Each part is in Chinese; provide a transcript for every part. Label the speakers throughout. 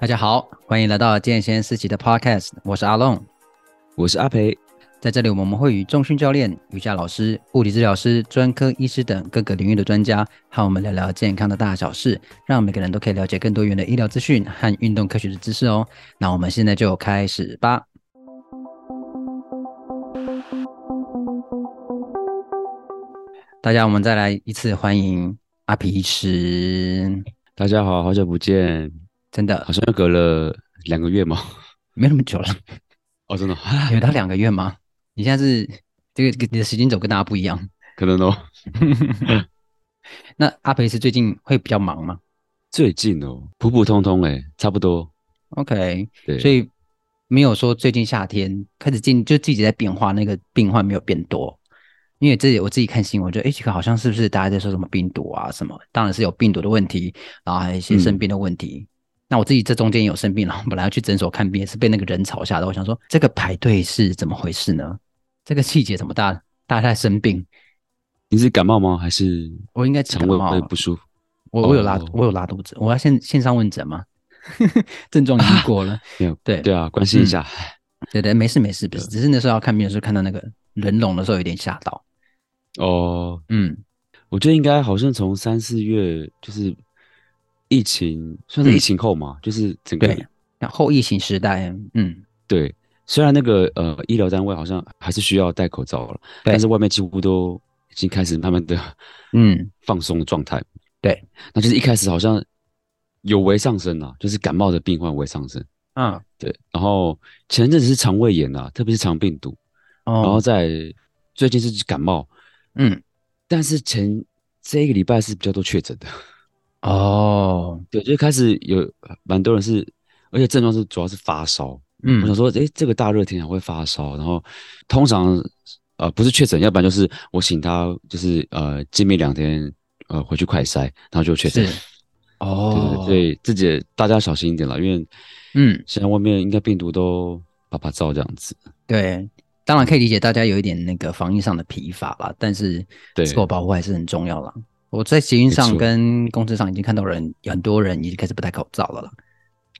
Speaker 1: 大家好，欢迎来到健先思齐的 Podcast，我是阿龙。
Speaker 2: 我是阿培。
Speaker 1: 在这里，我们会与重训教练、瑜伽老师、物理治疗师、专科医师等各个领域的专家，和我们聊聊健康的大小事，让每个人都可以了解更多元的医疗资讯和运动科学的知识哦。那我们现在就开始吧。大家，我们再来一次欢迎阿皮医师，
Speaker 2: 大家好，好久不见，
Speaker 1: 真的
Speaker 2: 好像又隔了两个月嘛。
Speaker 1: 没那么久了，
Speaker 2: 哦，真的，
Speaker 1: 啊有到两个月吗？你现在是这个你的时间轴跟大家不一样。
Speaker 2: 可能哦。
Speaker 1: 那阿培是最近会比较忙吗
Speaker 2: 最近哦，普普通通哎，差不多。
Speaker 1: ？OK，
Speaker 2: 对，
Speaker 1: 所以没有说最近夏天开始进，就自己在变化，那个病患没有变多。因为自己我自己看新闻，觉得哎，诶这个好像是不是大家在说什么病毒啊什么？当然是有病毒的问题，然后还有一些
Speaker 2: 嗯
Speaker 1: 生病的问题。那我自己这中间也有生病了，本来要去诊所看病，也是被那个人潮吓到。我想说，这个排队是怎么回事呢？这个季节怎么大大家在生病？
Speaker 2: 你是感冒吗？还是
Speaker 1: 我应该哦是
Speaker 2: 肠
Speaker 1: 感
Speaker 2: 胃
Speaker 1: 冒啊
Speaker 2: 不舒服？
Speaker 1: 我我有拉、
Speaker 2: 哦
Speaker 1: 我有拉肚子，我要线线上问诊吗？ 症状已经过了，
Speaker 2: 啊没有
Speaker 1: 对
Speaker 2: 对啊，关心一下。
Speaker 1: 对对，没事没事，不是，只是那时候要看病的时候看到那个人龙的时候有点吓到。
Speaker 2: 哦，
Speaker 1: 嗯，
Speaker 2: 我觉得应该好像从三四月就是疫情，算是疫情后嘛，就是整个
Speaker 1: 嗯对那后疫情时代，嗯，
Speaker 2: 对，虽然那个呃医疗单位好像还是需要戴口罩了，
Speaker 1: 对
Speaker 2: 但是外面几乎都已经开始慢慢的
Speaker 1: 嗯
Speaker 2: 放松的状态。
Speaker 1: 对，
Speaker 2: 那就是一开始好像有微上升啊，就是感冒的病患微上升。
Speaker 1: 啊
Speaker 2: 对，然后前阵子是肠胃炎啊，特别是肠病毒，然后
Speaker 1: 哦
Speaker 2: 在最近是感冒，
Speaker 1: 嗯
Speaker 2: 但是前这一个礼拜是比较多确诊的。
Speaker 1: 哦
Speaker 2: 对，就开始有蛮多人是，而且症状是主要是发烧。我想
Speaker 1: 嗯
Speaker 2: 说，诶，这个大热天还会发烧，然后通常呃不是确诊，要不然就是我请他就是呃见面两天，呃回去快筛，然后就确诊。
Speaker 1: 是
Speaker 2: 对对
Speaker 1: 哦
Speaker 2: 对，所以自己大家小心一点了，因为
Speaker 1: 嗯
Speaker 2: 现在外面应该病毒都啪啪照这样子。
Speaker 1: 对，当然可以理解大家有一点那个防疫上的疲乏啦，但是
Speaker 2: 对
Speaker 1: 自我保护还是很重要啦。我在捷运
Speaker 2: 没
Speaker 1: 上
Speaker 2: 错
Speaker 1: 跟公车上已经看到人，很多人已经开始不戴口罩了啦。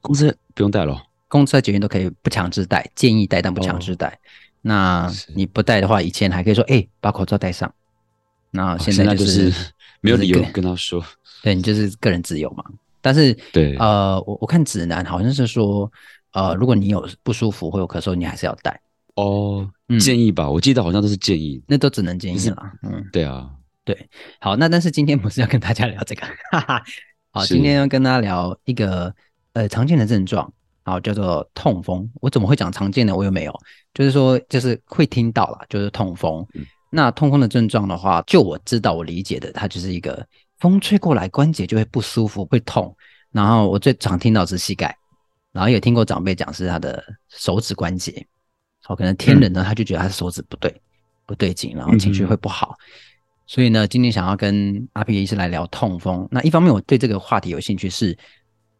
Speaker 2: 公司不用带了哦，
Speaker 1: 公车、捷运都可以不强制戴，建议戴但不强制戴。那
Speaker 2: 哦是
Speaker 1: 你不戴的话，以前还可以说，哎、把口罩戴上。那
Speaker 2: 哦
Speaker 1: 现
Speaker 2: 在
Speaker 1: 在，
Speaker 2: 就是没有
Speaker 1: 就是
Speaker 2: 理由
Speaker 1: 跟
Speaker 2: 跟他说。
Speaker 1: 对你就是个人自由嘛。但是，
Speaker 2: 对
Speaker 1: 呃，我我看指南好像是说，呃，如果你有不舒服或有咳嗽，你还是要戴。
Speaker 2: 哦，
Speaker 1: 嗯，
Speaker 2: 建议吧，我记得好像都是建议。
Speaker 1: 那都只能建议啦。嗯，
Speaker 2: 对啊，
Speaker 1: 好，那但是今天不是要跟大家聊这个，哈哈。好，
Speaker 2: 是
Speaker 1: 今天要跟大家聊一个呃常见的症状，好叫做痛风。我怎么会讲常见呢？我又没有，就是说就是会听到啦，就是痛风。
Speaker 2: 嗯
Speaker 1: 那痛风的症状的话，就我知道我理解的，它就是一个风吹过来关节就会不舒服，会痛。然后我最常听到是膝盖，然后也听过长辈讲是他的手指关节，好，可能天冷呢，他就觉得他的手指不对，不对劲，然后情绪
Speaker 2: 嗯嗯哼
Speaker 1: 会不好。所以呢，今天想要跟阿皮医师来聊痛风。那一方面，我对这个话题有兴趣是，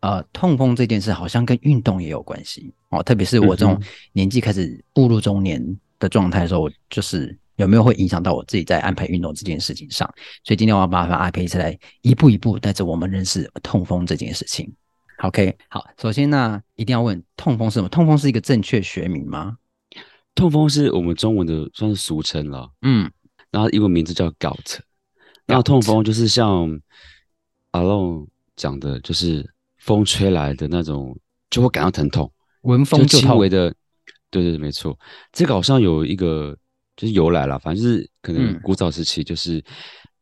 Speaker 1: 呃，痛风这件事好像跟运动也有关系哦，特别是我这种
Speaker 2: 嗯
Speaker 1: 年纪开始步入中年的状态的时候，我就是有没有会影响到我自己在安排运动这件事情上。所以今天我要麻烦阿佩一起来一步一步带着我们认识痛风这件事情。OK，好，首先呢，一定要问痛风是什么？痛风是一个正确学名吗？
Speaker 2: 痛风是我们中文的算是俗称了。
Speaker 1: 嗯，
Speaker 2: 然后英文名字叫 gout。那痛风就是像阿龙讲的，就是风吹来的那种，就会感到疼痛，
Speaker 1: 闻风就
Speaker 2: 轻
Speaker 1: 痛
Speaker 2: 微。的。对对，对没错，这个好像有一个就是由来啦，反正就是可能
Speaker 1: 嗯
Speaker 2: 古早时期就是、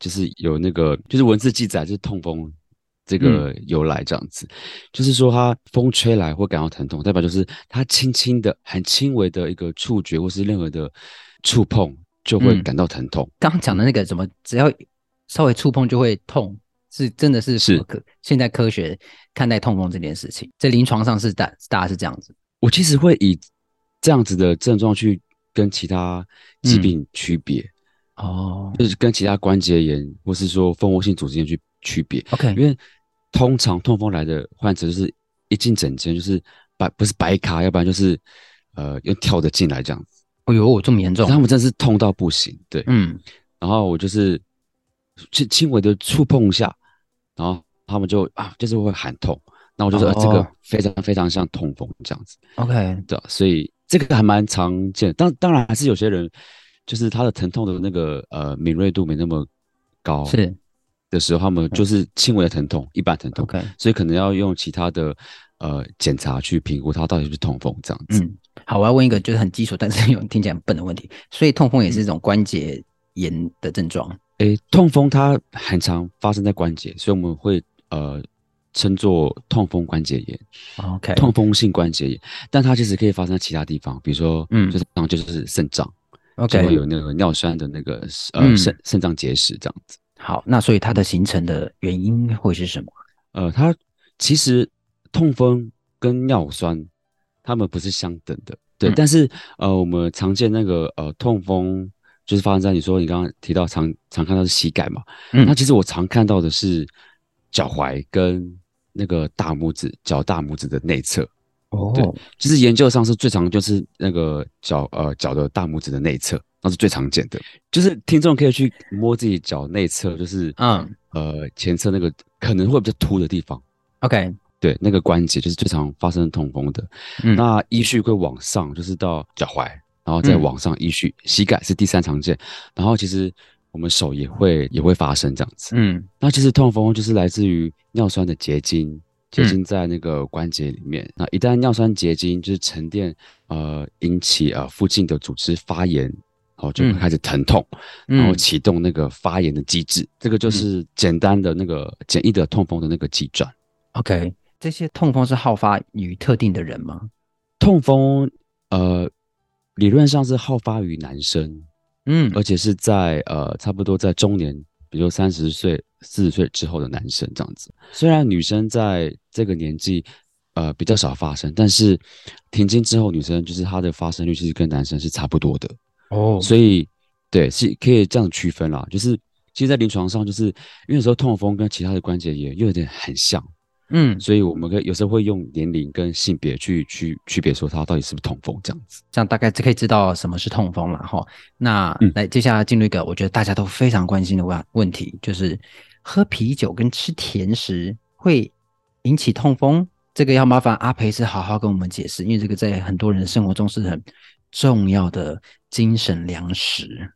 Speaker 2: 就是有那个就是文字记载，就是痛风这个
Speaker 1: 嗯
Speaker 2: 由来这样子，就是说它风吹来会感到疼痛，代表就是它轻轻的、很轻微的一个触觉或是任何的触碰就会
Speaker 1: 嗯
Speaker 2: 感到疼痛。
Speaker 1: 刚刚讲的那个什么，只要稍微触碰就会痛，是真的是
Speaker 2: 是
Speaker 1: 符合科现在科学看待痛风这件事情，在临床上是大大家是这样子。
Speaker 2: 我其实会以这样子的症状去跟其他疾
Speaker 1: 嗯
Speaker 2: 病区别，
Speaker 1: 哦
Speaker 2: 就是跟其他关节炎或是说蜂窝性组织炎去区别，
Speaker 1: ，OK，
Speaker 2: 因为通常痛风来的患者就是一进诊间就是白不是白卡，要不然就是呃又跳着进来这样子，
Speaker 1: 哎呦，这么严重，
Speaker 2: 他们真的是痛到不行，对，
Speaker 1: 嗯，
Speaker 2: 然后我就是轻轻微的触碰一下，然后他们就啊就是会喊痛，那我就说、呃这
Speaker 1: 哦
Speaker 2: 个非常非常像痛风这样子，
Speaker 1: OK，
Speaker 2: 对啊、所以这个还蛮常见的。当当然还是有些人，就是他的疼痛的那个呃敏锐度没那么高，
Speaker 1: 是嗯
Speaker 2: 的时候，他们就是轻微的疼痛，一般疼痛，
Speaker 1: OK，
Speaker 2: 所以可能要用其他的呃检查去评估他到底是不是痛风这样子。
Speaker 1: 嗯，好，我要问一个就是很基础，但是有听起来很笨的问题，所以痛风也是一种关节炎的症状。
Speaker 2: 诶，痛风它很常发生在关节，所以我们会呃称作痛风关节炎、
Speaker 1: OK，
Speaker 2: 痛风性关节炎，但它其实可以发生在其他地方，比如说，
Speaker 1: 嗯
Speaker 2: 就是当就是肾脏就会
Speaker 1: OK，
Speaker 2: 有那个尿酸的那个
Speaker 1: 嗯
Speaker 2: 呃肾肾脏结石这样子。
Speaker 1: 好，那所以它的形成的原因会是什么？
Speaker 2: 呃，它其实痛风跟尿酸，它们不是相等的，对。
Speaker 1: 嗯
Speaker 2: 但是呃，我们常见那个呃痛风，就是发生在你说你刚刚提到常常看到是膝盖嘛，
Speaker 1: 嗯
Speaker 2: 那其实我常看到的是脚踝跟那个大拇指，脚大拇指的内侧。
Speaker 1: 哦
Speaker 2: 对其实研究上是最常就是那个脚呃脚的大拇指的内侧，那是最常见的。就是听众可以去摸自己脚内侧，就是
Speaker 1: 嗯
Speaker 2: 呃前侧那个可能会比较凸的地方。
Speaker 1: ，OK，
Speaker 2: 对，那个关节就是最常发生痛风的。
Speaker 1: 嗯
Speaker 2: 那依序会往上，就是到脚踝，然后再
Speaker 1: 嗯
Speaker 2: 往上依序，膝盖是第三常见。然后其实我们手也会也会发生这样子。
Speaker 1: 嗯
Speaker 2: 那其实痛风就是来自于尿酸的结晶，结
Speaker 1: 嗯
Speaker 2: 晶在那个关节里面。那一旦尿酸结晶就是沉淀，呃，引起呃附近的组织发炎，然后就会
Speaker 1: 嗯
Speaker 2: 开始疼痛。然后
Speaker 1: 嗯
Speaker 2: 启动那个发炎的机制，这个就是简单的那个简易的痛风的那个计转。
Speaker 1: ，OK，这些痛风是好发于特定的人吗？
Speaker 2: 痛风，呃，理论上是好发于男生，
Speaker 1: 嗯
Speaker 2: 而且是在呃差不多在中年，比如三十岁、四十岁之后的男生这样子。虽然女生在这个年纪，呃，比较少发生，但是停经之后，女生就是她的发生率其实跟男生是差不多的。
Speaker 1: 哦
Speaker 2: 所以对，是可以这样区分啦。就是其实，在临床上，就是因为有时候痛风跟其他的关节炎又有点很像，
Speaker 1: 嗯，
Speaker 2: 所以我们可以有时候会用年龄跟性别去去区别说它到底是不是痛风这样子。
Speaker 1: 这样大概就可以知道什么是痛风了哈。那、
Speaker 2: 嗯
Speaker 1: 来，接下来进入一个我觉得大家都非常关心的问问题，就是喝啤酒跟吃甜食会引起痛风，这个要麻烦阿培斯好好跟我们解释，因为这个在很多人的生活中是很重要的精神粮食。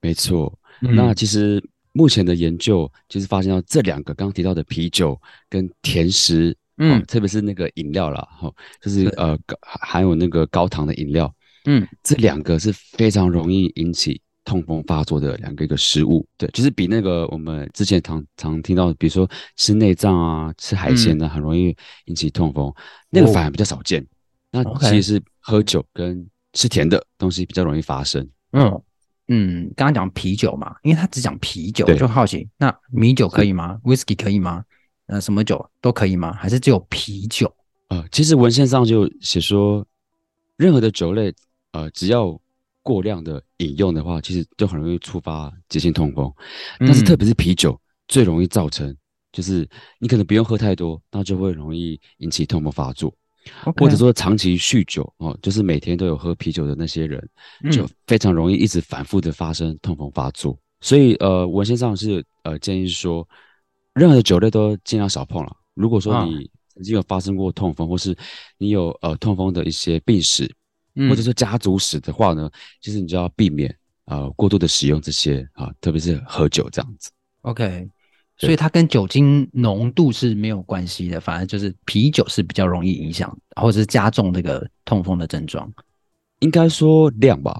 Speaker 2: 没错，
Speaker 1: 嗯
Speaker 2: 那其实目前的研究就是发现到这两个刚刚提到的啤酒跟甜食，
Speaker 1: 嗯
Speaker 2: 哦特别是那个饮料啦，哈、就是
Speaker 1: 是
Speaker 2: 呃高含有那个高糖的饮料，
Speaker 1: 嗯
Speaker 2: 这两个是非常容易引起痛风发作的两个一个食物，对，就是比那个我们之前常常听到的，比如说吃内脏啊、吃海鲜呢、很容易引起痛风，那个
Speaker 1: 嗯哦
Speaker 2: 反而比较少见。那
Speaker 1: OK
Speaker 2: 其实是喝酒跟吃甜的东西比较容易发生。
Speaker 1: 嗯嗯，刚刚讲啤酒嘛，因为他只讲啤酒，我
Speaker 2: 对
Speaker 1: 就好奇，那米酒可以吗？Whisky 可以吗？呃，什么酒都可以吗？还是只有啤酒？
Speaker 2: 呃，其实文献上就写说，任何的酒类，呃，只要过量的饮用的话，其实就很容易触发急性痛风。但
Speaker 1: 嗯
Speaker 2: 是特别是啤酒最容易造成，就是你可能不用喝太多，那就会容易引起痛风发作，或者说长期酗酒哦、就是每天都有喝啤酒的那些人，就
Speaker 1: 嗯
Speaker 2: 非常容易一直反复的发生痛风发作。所以呃，文献上是呃建议说，任何的酒类都尽量少碰了。如果说
Speaker 1: 啊
Speaker 2: 你曾经有发生过痛风，或是你有呃痛风的一些病史，
Speaker 1: 嗯
Speaker 2: 或者说家族史的话呢，其实你就要避免呃过度的使用这些啊、特别是喝酒这样子。
Speaker 1: OK，
Speaker 2: 对
Speaker 1: 所以它跟酒精浓度是没有关系的，反而就是啤酒是比较容易影响，或者是加重这个痛风的症状。
Speaker 2: 应该说量吧，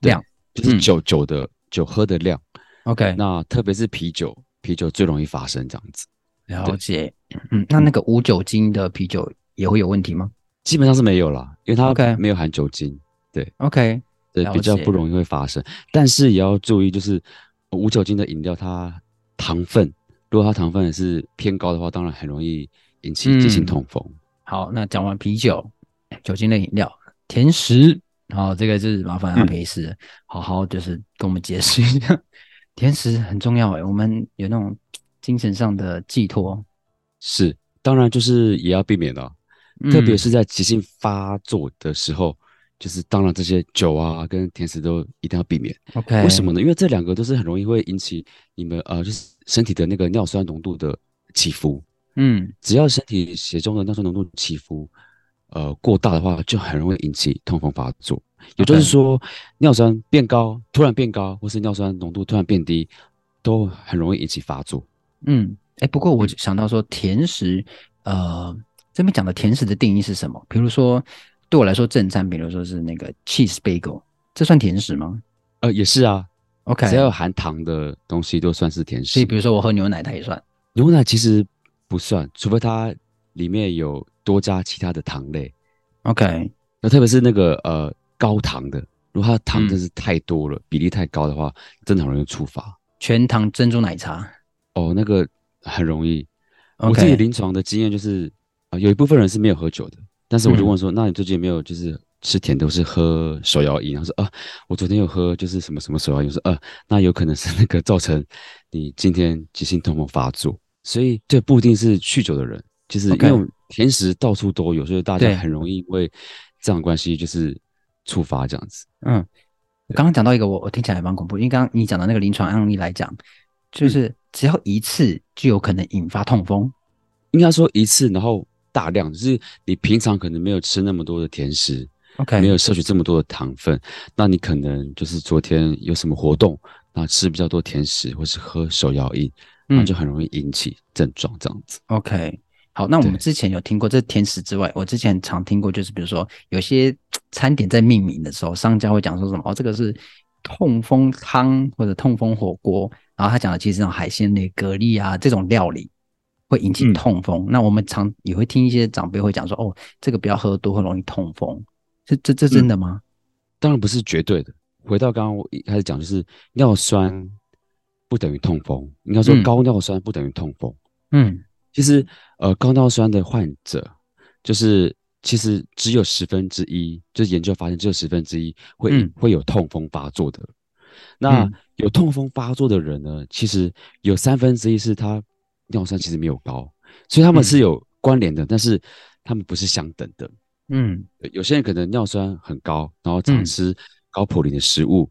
Speaker 2: 对
Speaker 1: 量
Speaker 2: 就是
Speaker 1: 嗯
Speaker 2: 酒、酒的酒喝的量，
Speaker 1: OK，
Speaker 2: 那特别是啤酒，啤酒最容易发生这样子，
Speaker 1: 了解。嗯，那那个无酒精的啤酒也会有问题吗
Speaker 2: 基本上是没有啦，因为它
Speaker 1: OK
Speaker 2: 没有含酒精
Speaker 1: ？OK，
Speaker 2: 对
Speaker 1: 了，解
Speaker 2: 比较不容易会发生。但是也要注意，就是呃无酒精的饮料，它糖分，如果它糖分是偏高的话，当然很容易引起急性
Speaker 1: 嗯
Speaker 2: 痛风。
Speaker 1: 好，那讲完啤酒、酒精类饮料、甜食，好，这个就是麻烦阿
Speaker 2: 嗯
Speaker 1: 培斯、好好就是跟我们解释一下，甜食很重要诶，欸我们有那种精神上的寄托，
Speaker 2: 是，当然就是也要避免了。特别
Speaker 1: 嗯
Speaker 2: 是在急性发作的时候，就是当然这些酒啊跟甜食都一定要避免。
Speaker 1: OK，
Speaker 2: 为什么呢？因为这两个都是很容易会引起你们呃，就是身体的那个尿酸浓度的起伏，
Speaker 1: 嗯
Speaker 2: 只要身体血中的尿酸浓度起伏，呃过大的话，就很容易引起痛风发作。也就是
Speaker 1: OK
Speaker 2: 说，尿酸变高，突然变高，或是尿酸浓度突然变低，都很容易引起发作。
Speaker 1: 嗯，哎，不过我就想到说甜食，呃，这边讲的甜食的定义是什么？比如说对我来说正餐，比如说是那个 cheese bagel，这算甜食吗
Speaker 2: 呃，也是啊，
Speaker 1: ？OK，
Speaker 2: 只要有含糖的东西都算是甜
Speaker 1: 所以
Speaker 2: 食
Speaker 1: 比。如说我喝牛奶，它也算。
Speaker 2: 牛奶其实不算，除非它里面有多加其他的糖类，
Speaker 1: OK，
Speaker 2: 那特别是那个呃高糖的，如果它的糖
Speaker 1: 嗯
Speaker 2: 真是太多了，比例太高的话，真的很容易触发。
Speaker 1: 全糖珍珠奶茶。
Speaker 2: 哦，那个很容易。我自己
Speaker 1: OK，
Speaker 2: 临床的经验就是，啊、有一部分人是没有喝酒的，但是我就
Speaker 1: 嗯
Speaker 2: 问说，那你最近有没有就是吃甜的，或是喝手摇饮？他说啊，我昨天有喝就是什么什么手摇饮，我说呃，那有可能是那个造成你今天急性痛风发作，所以这不一定是酗酒的人，就是因
Speaker 1: OK
Speaker 2: 为我们甜食到处都有，所以大
Speaker 1: 对
Speaker 2: 家很容易因为这样的关系就是触发这样子。
Speaker 1: 嗯，我刚刚讲到一个我我听起来蛮恐怖，因为刚刚你讲的那个临床案例来讲，
Speaker 2: 嗯
Speaker 1: 就是只要一次就有可能引发痛风。
Speaker 2: 应该说一次，然后大量，就是你平常可能没有吃那么多的甜食，
Speaker 1: OK，
Speaker 2: 没有摄取这么多的糖分，那你可能就是昨天有什么活动，然后吃比较多甜食或是喝手摇饮，那
Speaker 1: 嗯
Speaker 2: 就很容易引起症状这样子。
Speaker 1: OK，好，那我们
Speaker 2: 对
Speaker 1: 之前有听过，这甜食之外，我之前常听过，就是比如说有些嘖餐点在命名的时候，商家会讲说什么哦，这个是痛风汤或者痛风火锅，然后他讲的其实那种海鲜类、蛤蜊啊这种料理会引起
Speaker 2: 嗯
Speaker 1: 痛风。那我们常也会听一些长辈会讲说，哦，这个不要喝多，会容易痛风。这这这真的吗？
Speaker 2: 当然不是绝对的。回到刚刚我一开始讲，就是尿酸不等于痛风，应该说
Speaker 1: 嗯
Speaker 2: 高尿酸不等于痛风。
Speaker 1: 嗯
Speaker 2: 其实，呃，高尿酸的患者，就是其实只有十分之一，就是研究发现只有十分之一会、
Speaker 1: 嗯
Speaker 2: 会有痛风发作的。那、
Speaker 1: 嗯
Speaker 2: 有痛风发作的人呢，其实有三分之一是他尿酸其实没有高，所以他们
Speaker 1: 嗯
Speaker 2: 是有关联的，但是他们不是相等的。
Speaker 1: 嗯
Speaker 2: 对有些人可能尿酸很高，然后常
Speaker 1: 嗯
Speaker 2: 吃高嘌呤的食物，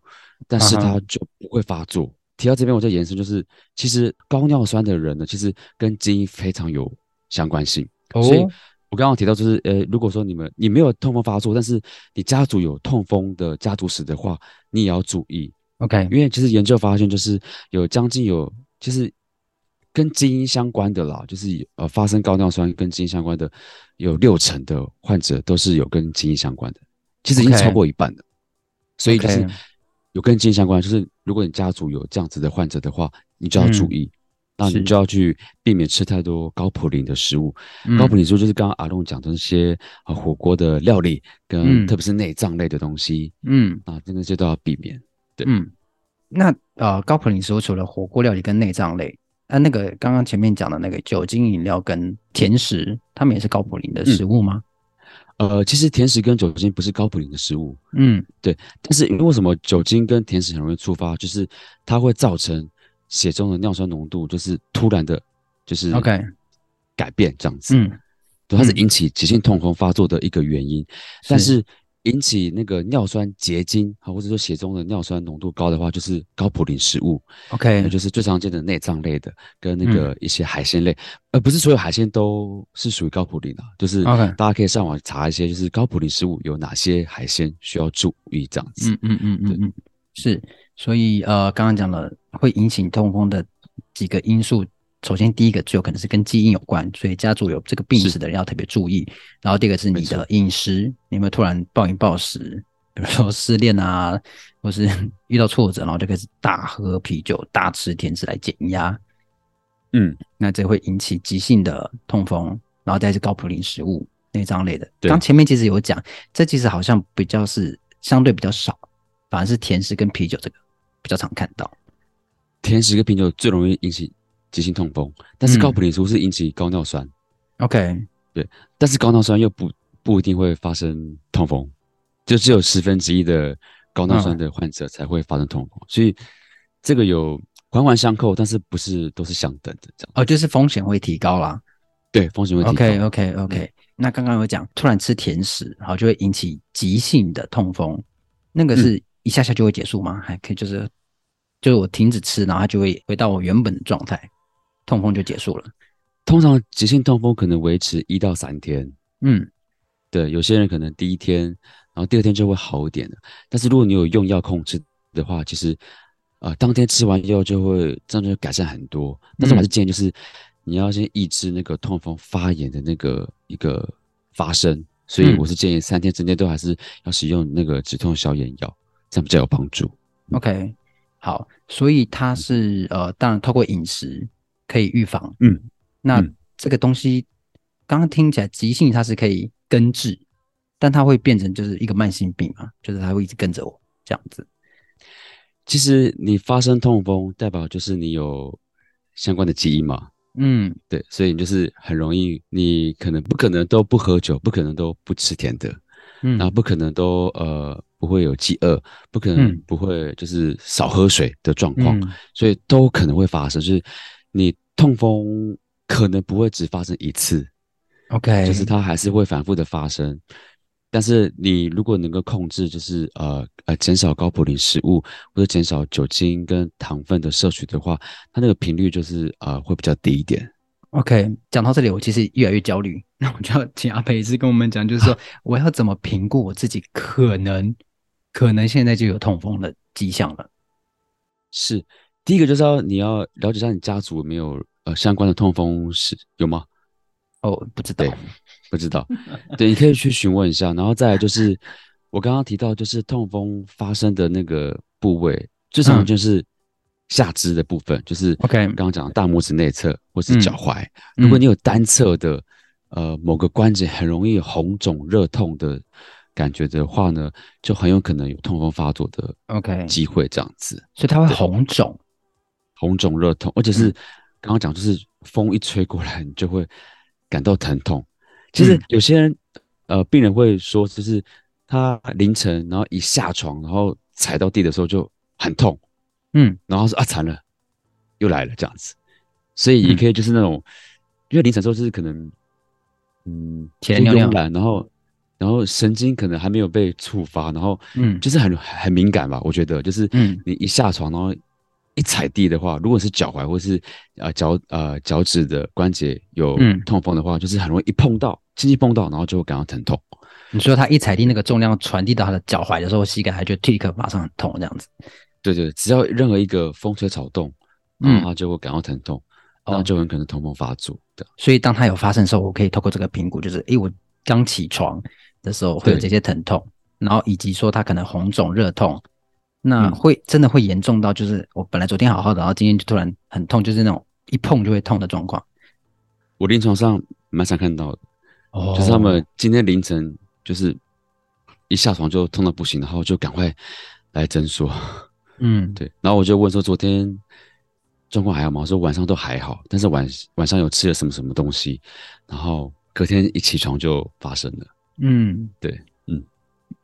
Speaker 2: 但是
Speaker 1: 啊哈
Speaker 2: 他就不会发作。提到这边，我再延伸就是，其实高尿酸的人呢，其实跟基因非常有相关性。所以
Speaker 1: 哦
Speaker 2: 我刚刚有提到就是，呃，如果说你们你没有痛风发作，但是你家族有痛风的家族史的话，你也要注意，
Speaker 1: ，OK，
Speaker 2: 因为其实研究发现，就是有将近有，就是跟基因相关的啦，就是有呃发生高尿酸跟基因相关的，有六成的患者都是有跟基因相关的，其实已经
Speaker 1: OK
Speaker 2: 超过一半了。所以就是
Speaker 1: OK
Speaker 2: 有跟基因相关，就是如果你家族有这样子的患者的话，你就要注
Speaker 1: 嗯
Speaker 2: 意，那
Speaker 1: 是
Speaker 2: 你就要去避免吃太多高嘌呤的食物。
Speaker 1: 嗯
Speaker 2: 高普林说就是刚刚阿龙讲的那些啊火锅的料理，跟
Speaker 1: 嗯
Speaker 2: 特别是内脏类的东西，
Speaker 1: 嗯。
Speaker 2: 啊，这个就都要避免。对
Speaker 1: 嗯，那呃，高普林食物除了火锅料理跟内脏类，那、那个刚刚前面讲的那个酒精饮料跟甜食，它们也是高普林的食物吗？
Speaker 2: 呃，其实甜食跟酒精不是高普林的食物，
Speaker 1: 嗯
Speaker 2: 但是因为为什么酒精跟甜食很容易触发，就是它会造成血中的尿酸浓度就是突然的，就是
Speaker 1: ，OK，
Speaker 2: 改变这样子。
Speaker 1: 嗯
Speaker 2: 对，它是
Speaker 1: 嗯
Speaker 2: 引起急性痛风发作的一个原因。但
Speaker 1: 是
Speaker 2: 是引起那个尿酸结晶啊，或者说血中的尿酸浓度高的话，就是高普林食物。那
Speaker 1: ，OK，
Speaker 2: 就是最常见的内脏类的，跟那
Speaker 1: 嗯
Speaker 2: 个一些海鲜类，呃，不是所有海鲜都是属于高普林啊，就是
Speaker 1: OK
Speaker 2: 大家可以上网查一些，就是高普林食物有哪些海鲜需要注意这样子。
Speaker 1: 嗯嗯嗯嗯嗯，是，所以呃，刚刚讲了会引起痛风的几个因素，首先第一个最有可能是跟基因有关，所以家族有这个病
Speaker 2: 是
Speaker 1: 史的人要特别注意。然后第二个是你
Speaker 2: 没错
Speaker 1: 的饮食，你有没有突然暴饮暴食，比如说失恋啊，或是 遇到挫折，然后就开始大喝啤酒、大吃甜食来减压，
Speaker 2: 嗯，
Speaker 1: 那这会引起急性的痛风，然后再是高嘌呤食物内脏类的。
Speaker 2: 对
Speaker 1: 刚前面其实有讲，这其实好像比较是相对比较少，反而是甜食跟啤酒这个比较常看到。
Speaker 2: 甜食跟啤酒最容易引起急性痛风，但
Speaker 1: 嗯
Speaker 2: 是高普林食物是引起高尿酸，
Speaker 1: OK，
Speaker 2: 但是高尿酸又不不一定会发生痛风，就只有十分之一的高尿酸
Speaker 1: 嗯
Speaker 2: 的患者才会发生痛风，所以这个有环环相扣，但是不是都是相等的这样。
Speaker 1: 哦，就是风险会提高啦。
Speaker 2: 对，风险问题。
Speaker 1: OK OK OK，、那刚刚有讲，突然吃甜食，然后就会引起急性的痛风，那个是一下下就会结束吗？还可以就是就是我停止吃，然后它就会回到我原本的状态，痛风就结束了。
Speaker 2: 通常急性痛风可能维持一到三天，
Speaker 1: 嗯，
Speaker 2: 对，有些人可能第一天，然后第二天就会好一点的。但是如果你有用药控制的话，其实，呃，当天吃完药就会这样就会改善很多。但是我还是建议就是，你要先抑制那个痛风发炎的那个一个发生，所以
Speaker 1: 嗯
Speaker 2: 我是建议三天之内都还是要使用那个止痛消炎药，这样比较有帮助。
Speaker 1: OK，好，所以它是呃，当然透过饮食可以预防。
Speaker 2: 嗯，
Speaker 1: 那
Speaker 2: 嗯
Speaker 1: 这个东西刚刚听起来急性它是可以根治，但它会变成就是一个慢性病嘛，就是它会一直跟着我这样子。
Speaker 2: 其实你发生痛风，代表就是你有相关的基因嘛，
Speaker 1: 嗯
Speaker 2: 对，所以你就是很容易，你可能不可能都不喝酒，不可能都不吃甜的，
Speaker 1: 嗯
Speaker 2: 然后不可能都呃不会有饥饿，不可能
Speaker 1: 嗯
Speaker 2: 不会就是少喝水的状况，
Speaker 1: 嗯
Speaker 2: 所以都可能会发生。就是你痛风可能不会只发生一次，
Speaker 1: ，OK，
Speaker 2: 就是它还是会反复的发生。但是你如果能够控制，就是呃呃减少高嘌呤食物或者减少酒精跟糖分的摄取的话，它那个频率就是呃会比较低一点。
Speaker 1: OK，讲到这里，我其实越来越焦虑。 那我就要请阿培一直跟我们讲，就是
Speaker 2: 啊
Speaker 1: 说我要怎么评估我自己可能可能现在就有痛风的迹象了。
Speaker 2: 是，第一个就是要你要了解一下你家族有没有呃相关的痛风史有吗？
Speaker 1: 哦，不知道
Speaker 2: 对。不 知道，对，你可以去询问一下。然后再来就是我刚刚提到，就是痛风发生的那个部位，最常就是下肢的部分，就是
Speaker 1: 嗯 OK
Speaker 2: 刚刚讲的大拇指内侧或是
Speaker 1: 嗯
Speaker 2: 脚踝。如果
Speaker 1: 嗯
Speaker 2: 你有单侧的呃某个关节很容易有红肿热痛的感觉的话呢，就很有可能有痛风发作的
Speaker 1: 嗯 OK，
Speaker 2: 机会，这样子。
Speaker 1: 所以它会红肿。
Speaker 2: 红肿热痛，而且是
Speaker 1: 嗯
Speaker 2: 刚刚讲，就是风一吹过来，你就会感到疼痛。其实
Speaker 1: 嗯
Speaker 2: 有些人，呃，病人会说，就是他凌晨然后一下床，然后踩到地的时候就很痛，
Speaker 1: 嗯
Speaker 2: 然后说啊惨了，又来了这样子。所
Speaker 1: 嗯
Speaker 2: 以也可以就是那种，因为凌晨的时候就是可能，嗯，
Speaker 1: 起来
Speaker 2: 就
Speaker 1: 尿尿
Speaker 2: 慵懒，然后然后神经可能还没有被触发，然后
Speaker 1: 嗯
Speaker 2: 就是很很敏感吧，我觉得就是
Speaker 1: 嗯
Speaker 2: 你一下床，然后一踩地的话，如果是脚踝或是呃脚呃脚趾的关节有
Speaker 1: 嗯
Speaker 2: 痛风的话，就是很容易一碰到，轻轻碰到，然后就会感到疼痛。
Speaker 1: 你说它一踩地，那个重量传递到它的脚踝的时候，膝盖还就立刻马上很痛这样子。
Speaker 2: 对对，只要任何一个风吹草动，
Speaker 1: 嗯
Speaker 2: 然后它就会感到疼痛，
Speaker 1: 哦
Speaker 2: 那就很可能痛风发作的。
Speaker 1: 所以当它有发生的时候，我可以透过这个评估，就是诶，我刚起床的时候会有
Speaker 2: 对
Speaker 1: 这些疼痛，然后以及说它可能红肿热痛，那
Speaker 2: 嗯
Speaker 1: 会真的会严重到就是我本来昨天好好的，然后今天就突然很痛，就是那种一碰就会痛的状况。
Speaker 2: 我临床上蛮常看到的，
Speaker 1: 哦
Speaker 2: 就是他们今天凌晨就是一下床就痛到不行，然后就赶快来诊所。
Speaker 1: 嗯
Speaker 2: 对，然后我就问说昨天状况还好吗？我说晚上都还好，但是晚晚上有吃了什么什么东西，然后隔天一起床就发生了。
Speaker 1: 嗯
Speaker 2: 对嗯，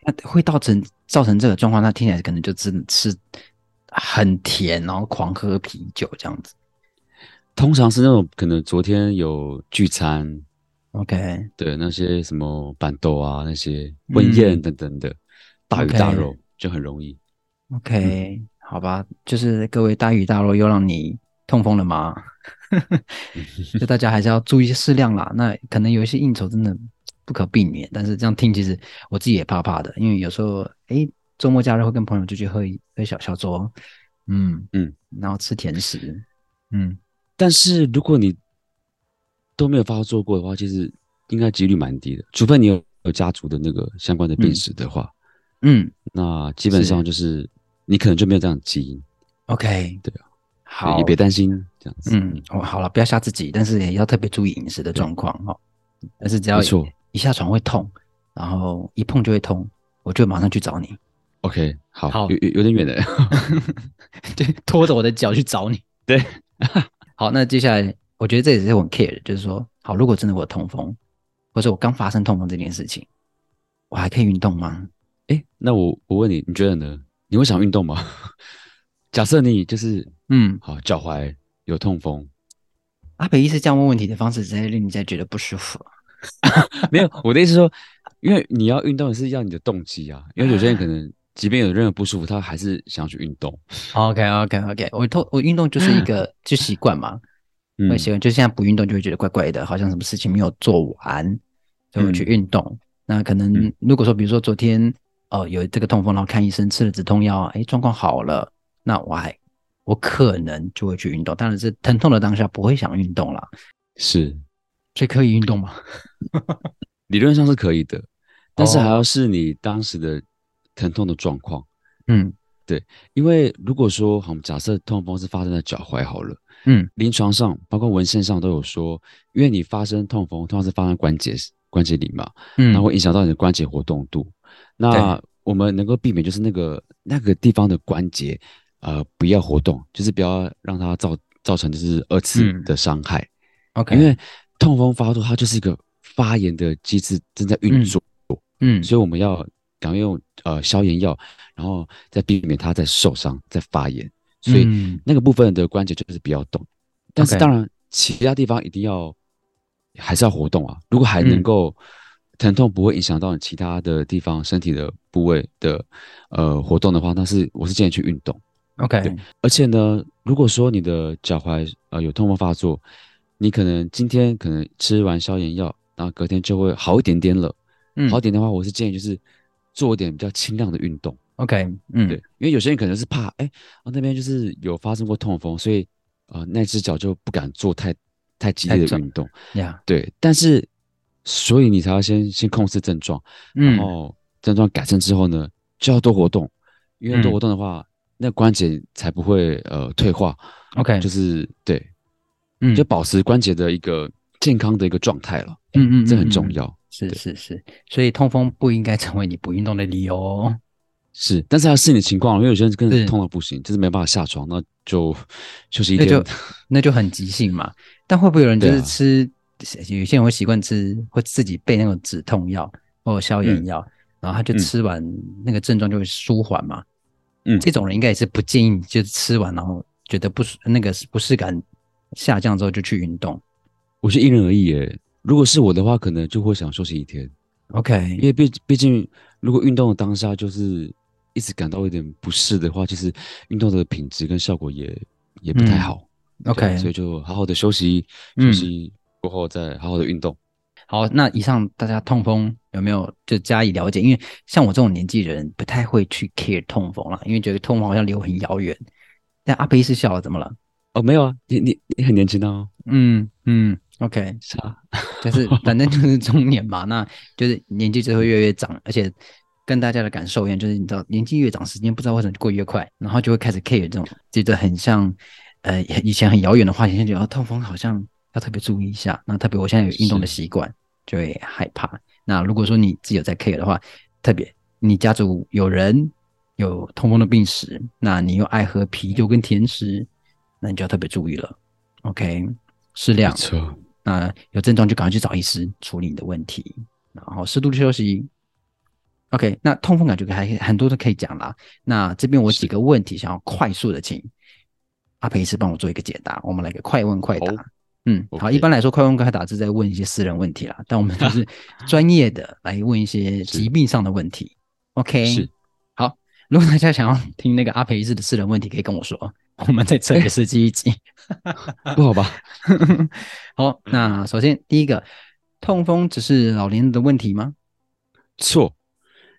Speaker 1: 那会造成造成这个状况，那听起来可能就真的吃很甜，然后狂喝啤酒这样子。
Speaker 2: 通常是那种可能昨天有聚餐，
Speaker 1: OK，
Speaker 2: 对那些什么板豆啊、那些婚宴
Speaker 1: 嗯
Speaker 2: 等等的，大鱼大
Speaker 1: OK
Speaker 2: 肉就很容易。
Speaker 1: OK，、好
Speaker 2: 嗯
Speaker 1: 吧，就是各位大鱼大肉又让你痛风了吗？ 就大家还是要注意适量啦。那可能有一些应酬真的不可避免，但是这样听其实我自己也怕怕的，因为有时候诶周末假日会跟朋友出去喝一喝小小酌，嗯
Speaker 2: 嗯，
Speaker 1: 然后吃甜食，嗯
Speaker 2: 但是如果你都没有发作过的话，其实应该几率蛮低的，除非你有有家族的那个相关的病
Speaker 1: 嗯
Speaker 2: 史的话，
Speaker 1: 嗯
Speaker 2: 那基本
Speaker 1: 是
Speaker 2: 上就是你可能就没有这样的基因。
Speaker 1: ，OK，
Speaker 2: 对
Speaker 1: 啊，
Speaker 2: 对
Speaker 1: 好，
Speaker 2: 也别担心这样子。
Speaker 1: 嗯，哦，好了，不要吓自己，但是也要特别注意饮食的状况哦。但是只要
Speaker 2: 没错
Speaker 1: 一下床会痛，然后一碰就会痛，我就马上去找你，
Speaker 2: ，OK，好，
Speaker 1: 好
Speaker 2: 有有有点远了。
Speaker 1: 就拖着我的脚去找你。
Speaker 2: 对，
Speaker 1: 好，那接下来我觉得这也是我很 care 的，就是说，好，如果真的我有痛风，或者我刚发生痛风这件事情，我还可以运动吗？
Speaker 2: 哎，那我我问你，你觉得呢？你会想运动吗？ 假设你就是
Speaker 1: 嗯，
Speaker 2: 好脚踝有痛风，
Speaker 1: 阿北医师这样问问题的方式，实在令人家觉得不舒服。
Speaker 2: 没有我的意思是说，因为你要运动是要你的动机啊。因为有些人可能即便有任何不舒服，他还是想要去运动。
Speaker 1: OK OK OK，我痛我运动就是一个就习惯嘛，
Speaker 2: 嗯
Speaker 1: 会习惯，就现在不运动就会觉得怪怪的，好像什么事情没有做完，就会去运动。那可能
Speaker 2: 嗯
Speaker 1: 如果说，比如说昨天呃有这个痛风，然后看医生吃了止痛药，哎，状况好了，那我还我可能就会去运动，当然是疼痛的当下不会想运动了，
Speaker 2: 是
Speaker 1: 所以可以运动吗？
Speaker 2: 理论上是可以的，但是
Speaker 1: 哦
Speaker 2: 还要是你当时的疼痛的状况，
Speaker 1: 嗯
Speaker 2: 因为如果说好，我们假设痛风是发生在脚踝好了，
Speaker 1: 嗯，
Speaker 2: 临床上包括文献上都有说，因为你发生痛风通常是发生关节关节里嘛，
Speaker 1: 嗯，
Speaker 2: 那会影响到你的关节活动度。那我们能够避免就是那个那个地方的关节，呃，不要活动，就是不要让它造造成就是二次
Speaker 1: 嗯
Speaker 2: 的伤害，
Speaker 1: OK，
Speaker 2: 因为痛风发作它就是一个发炎的机制正在运作，
Speaker 1: 嗯
Speaker 2: 所以我们要赶快用呃消炎药，然后再避免它再受伤再发炎，所以
Speaker 1: 嗯
Speaker 2: 那个部分的关节就是不要动，但是
Speaker 1: OK
Speaker 2: 当然其他地方一定要还是要活动啊。如果还
Speaker 1: 嗯
Speaker 2: 能够、疼痛不会影响到你其他的地方身体的部位的呃活动的话，那是我是建议去运动。
Speaker 1: OK，
Speaker 2: 而且呢，如果说你的脚踝呃有痛风发作，你可能今天可能吃完消炎药，然后隔天就会好一点点了。
Speaker 1: 嗯
Speaker 2: 好一点的话，我是建议就是做一点比较轻量的运动。
Speaker 1: ，OK，嗯，
Speaker 2: 对，因为有些人可能是怕，哎、啊那边就是有发生过痛风，所以呃那只脚就不敢做太太激
Speaker 1: 太
Speaker 2: 烈的
Speaker 1: 重
Speaker 2: 运动。
Speaker 1: 呀，
Speaker 2: 对，但是所以你才要先先控制症状，然
Speaker 1: 嗯
Speaker 2: 后症状改善之后呢，就要多活动，因为多
Speaker 1: 嗯
Speaker 2: 活动的话，那关节才不会呃退化，
Speaker 1: ，OK，
Speaker 2: 就是对，
Speaker 1: 嗯
Speaker 2: 就保持关节的一个健康的一个状态了，
Speaker 1: 嗯嗯，
Speaker 2: 这
Speaker 1: 嗯
Speaker 2: 很
Speaker 1: 嗯
Speaker 2: 重
Speaker 1: 嗯
Speaker 2: 要。
Speaker 1: 是
Speaker 2: 对
Speaker 1: 是是，所以痛风不应该成为你不运动的理由哦。
Speaker 2: 是，但是要视你情况，因为有些人真
Speaker 1: 是
Speaker 2: 的痛到不行，就是没办法下床，那就休息一
Speaker 1: 那
Speaker 2: 天
Speaker 1: 就。那就很急性嘛。但会不会有人就
Speaker 2: 对
Speaker 1: 是
Speaker 2: 啊
Speaker 1: 吃，有些人会习惯吃，会自己备那种止痛药或者消炎
Speaker 2: 嗯
Speaker 1: 药，然后他就
Speaker 2: 嗯
Speaker 1: 吃完、那个症状就会舒缓嘛。
Speaker 2: 嗯
Speaker 1: 这种人应该也是不建议，就是吃完然后觉得不舒那个不适感下降之后就去运动。
Speaker 2: 我是因人而异耶。如果是我的话，可能就会想休息一天，因
Speaker 1: OK，
Speaker 2: 为毕毕竟如果运动的当下就是一直感到有点不适的话，其实运动的品质跟效果也也不太
Speaker 1: 嗯
Speaker 2: 好。对
Speaker 1: OK，
Speaker 2: 所以就好好的休息，
Speaker 1: 嗯
Speaker 2: 休息过后再好好的运动。
Speaker 1: 好，那以上大家痛风有没有就加以了解？因为像我这种年纪的人，不太会去 care 痛风啦，因为觉得痛风好像离我很遥远。但阿贝是笑了，怎么了？
Speaker 2: 哦，没有啊，你你你很年轻哦，
Speaker 1: 嗯嗯，OK，
Speaker 2: 是啊，
Speaker 1: 就是反正就是中年嘛，那就是年纪就会越来越长，而且跟大家的感受一样，就是你知道年纪越长，时间不知道为什么就过越快，然后就会开始 care 这种觉得很像呃以前很遥远的话题，现在觉得、哦、痛风好像要特别注意一下。那特别我现在有运动的
Speaker 2: 是
Speaker 1: 习惯，就会害怕。那如果说你自己有在 care 的话，特别你家族有人有痛风的病史，那你又爱喝啤酒跟甜食，那你就要特别注意了。OK，适量。
Speaker 2: 错，
Speaker 1: 那有症状就赶快去找医师处理你的问题，然后适度的休息。OK，那痛风感觉还很多都可以讲啦。那这边我几
Speaker 2: 是
Speaker 1: 个问题想要快速的请阿培医师帮我做一个解答，我们来个快问快答
Speaker 2: 好。
Speaker 1: 嗯，好，一
Speaker 2: OK
Speaker 1: 般来说快问快答是在问一些私人问题啦，但我们就是 专业的来问一些疾病上的问题。OK，
Speaker 2: 是
Speaker 1: 好，如果大家想要听那个阿培医师的私人问题，可以跟我说，我们再整个世纪一集。
Speaker 2: 不好吧？
Speaker 1: 好，那首先第一个，痛风只是老年人的问题吗？
Speaker 2: 错，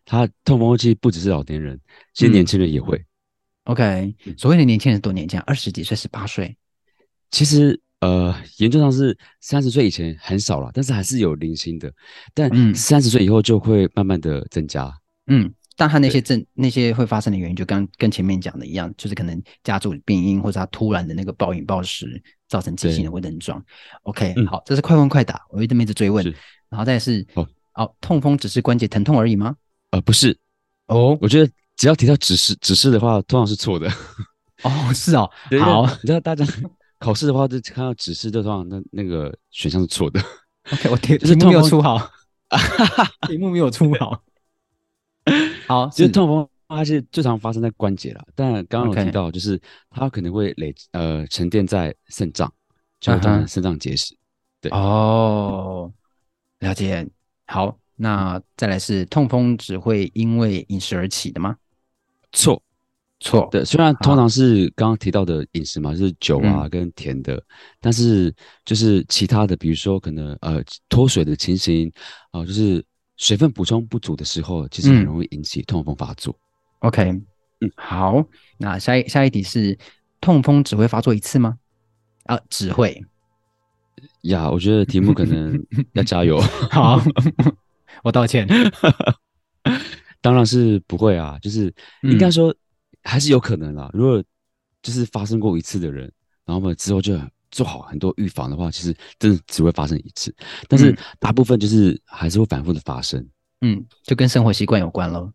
Speaker 2: 他痛风其实不只是老年人，其实
Speaker 1: 嗯
Speaker 2: 年轻人也会。
Speaker 1: OK，所谓的年轻人是多年轻啊，二十几岁、十八岁。
Speaker 2: 其实呃，研究上是三十岁以前很少了，但是还是有零星的，但
Speaker 1: 嗯
Speaker 2: 三十岁以后就会慢慢的增加。
Speaker 1: 嗯，但他那些症、那些会发生的原因，就刚跟前面讲的一样，就是可能家族病因，或者他突然的那个暴饮暴食，造成急性的症状。OK，、
Speaker 2: 嗯
Speaker 1: 好，这是快问快答，我一直没一直追问
Speaker 2: 是。
Speaker 1: 然后再是，
Speaker 2: 好
Speaker 1: 哦，痛风只是关节疼痛而已吗？
Speaker 2: 呃，不是，
Speaker 1: 哦
Speaker 2: 我觉得只要提到指示指示的话，通常 是错的。
Speaker 1: 哦，是哦，
Speaker 2: 对因为
Speaker 1: 好
Speaker 2: 你知道大家考试的话，就看到指示就通常那那个选项是错的。
Speaker 1: ，OK，我题
Speaker 2: 就是
Speaker 1: 题目没有
Speaker 2: 痛风
Speaker 1: 出好， 题目没有出好。 好，
Speaker 2: 就是是痛风，它是最常发生在关节啦，但刚刚有
Speaker 1: OK
Speaker 2: 提到，就是它可能会累呃沉淀在肾脏，就会
Speaker 1: 嗯
Speaker 2: 造成
Speaker 1: 哼
Speaker 2: 肾脏结石。对
Speaker 1: 哦，了解。好，那再来是痛风只会因为饮食而起的吗？
Speaker 2: 错，
Speaker 1: 错，
Speaker 2: 对，虽然通常是刚刚提到的饮食嘛，就是酒
Speaker 1: 嗯
Speaker 2: 啊跟甜的，但是就是其他的，比如说可能呃脱水的情形啊、呃就是水分补充不足的时候，其实
Speaker 1: 嗯
Speaker 2: 很容易引起痛风发作。
Speaker 1: OK，
Speaker 2: 嗯，
Speaker 1: 好，那下一下一题是痛风只会发作一次吗？啊，只会。
Speaker 2: 呀我觉得题目可 能要加油。
Speaker 1: 好， 我道歉。
Speaker 2: 当然是不会啊，就是应
Speaker 1: 嗯
Speaker 2: 该说还是有可能啦。如果就是发生过一次的人，然后我们之后就做好很多预防的话，其实真的只会发生一次。但是
Speaker 1: 嗯
Speaker 2: 大部分就是还是会反复的发生。
Speaker 1: 嗯，就跟生活习惯有关喽，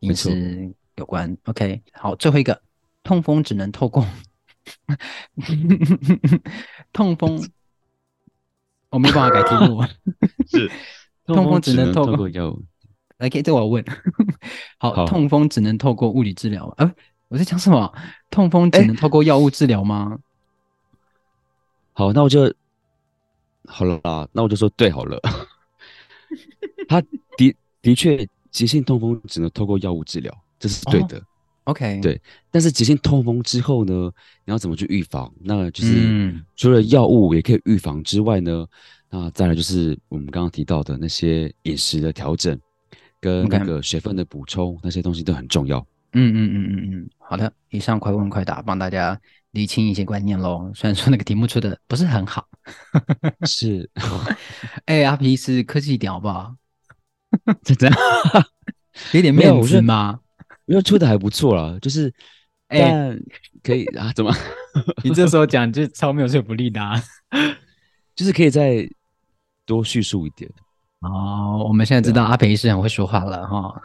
Speaker 1: 饮
Speaker 2: 没错
Speaker 1: 食有关。OK，好，最后一个，痛风只能透过痛风，我没办法改题 目。
Speaker 2: 是，
Speaker 1: 痛风只能透
Speaker 2: 透
Speaker 1: 过
Speaker 2: 过药物。
Speaker 1: OK，这我要问。好，
Speaker 2: 好
Speaker 1: 痛风只能透过物理治疗吗？呃，我在讲什么？痛风只
Speaker 2: 哎
Speaker 1: 能透过药物治疗吗？
Speaker 2: 好，那我就好了啦，那我就说对好了。 他的的确，急性痛风只能透过药物治疗，这是对
Speaker 1: 哦
Speaker 2: 的。
Speaker 1: OK，
Speaker 2: 对但是急性痛风之后呢，你要怎么去预防？那就是
Speaker 1: 嗯
Speaker 2: 除了药物也可以预防之外呢，那再来就是我们刚刚提到的那些饮食的调整，跟
Speaker 1: OK
Speaker 2: 那个水分的补充，那些东西都很重 要。
Speaker 1: 嗯嗯嗯嗯嗯，好的，以上快问快答帮大家理清一些观念喽。虽然说那个题目出的不是很好，
Speaker 2: 是，
Speaker 1: 哎、阿皮是客气一点好不 好？
Speaker 2: 这这样，
Speaker 1: 给点
Speaker 2: 没有
Speaker 1: 面
Speaker 2: 我
Speaker 1: 子
Speaker 2: 是
Speaker 1: 嘛。
Speaker 2: 因为出的还不错啦，就是，
Speaker 1: 哎
Speaker 2: 但可以啊，怎么，
Speaker 1: 你这时候讲就超没有说服力的、啊。
Speaker 2: 就是可以再多叙述一点。
Speaker 1: 哦，我们现在知道阿培医师很会说话了哈。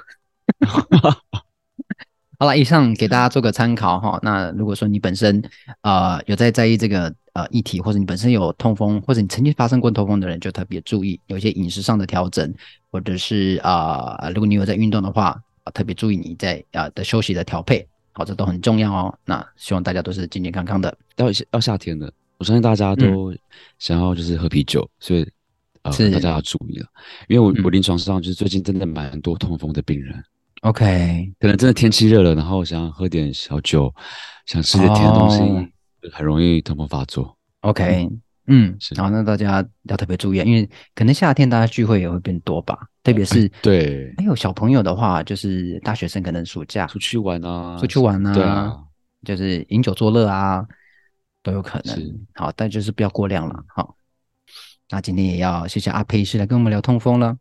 Speaker 1: 好了，以上给大家做个参考哈。那如果说你本身呃有在在意这个呃议题，或者你本身有痛风，或者你曾经发生过痛风的人，就特别注意有一些饮食上的调整，或者是啊、呃如果你有在运动的话，呃特别注意你在啊、呃的休息的调配，好，这都很重要哦。那希望大家都是健健康康的。
Speaker 2: 到夏到夏天了，我相信大家都想要就是喝啤酒，所以
Speaker 1: 嗯
Speaker 2: 呃
Speaker 1: 是
Speaker 2: 大家要注意了，因为我、
Speaker 1: 嗯
Speaker 2: 我临床上就是最近真的蛮多痛风的病人，
Speaker 1: OK，
Speaker 2: 可能真的天气热了，然后想要喝点小酒，想吃点甜的东西，
Speaker 1: 哦
Speaker 2: 很容易痛风发作。
Speaker 1: OK，嗯，
Speaker 2: 是
Speaker 1: 然后那大家要特别注意啊，因为可能夏天大家聚会也会变多吧，特别
Speaker 2: 嗯
Speaker 1: 是哎
Speaker 2: 对，
Speaker 1: 还有小朋友的话，就是大学生可能暑假
Speaker 2: 出去玩啊，
Speaker 1: 出去玩啊，
Speaker 2: 对啊，
Speaker 1: 就是饮酒作乐啊，都有可
Speaker 2: 是
Speaker 1: 能。好，但就是不要过量了。好，那今天也要谢谢阿佩医师来跟我们聊痛风了。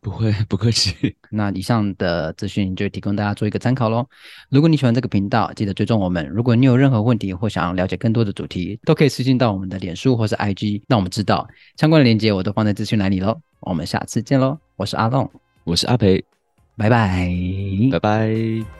Speaker 2: 不会 不客气。
Speaker 1: 那以上的资讯就提供大家做一个参考喽。如果你喜欢这个频道，记得追踪我们。如果你有任何问题或想要了解更多的主题，都可以私信到我们的脸书或是 IG，让我们知道。相关的链接我都放在资讯栏里喽。我们下次见喽，我是阿龙，
Speaker 2: 我是阿培，
Speaker 1: 拜拜。
Speaker 2: 拜拜。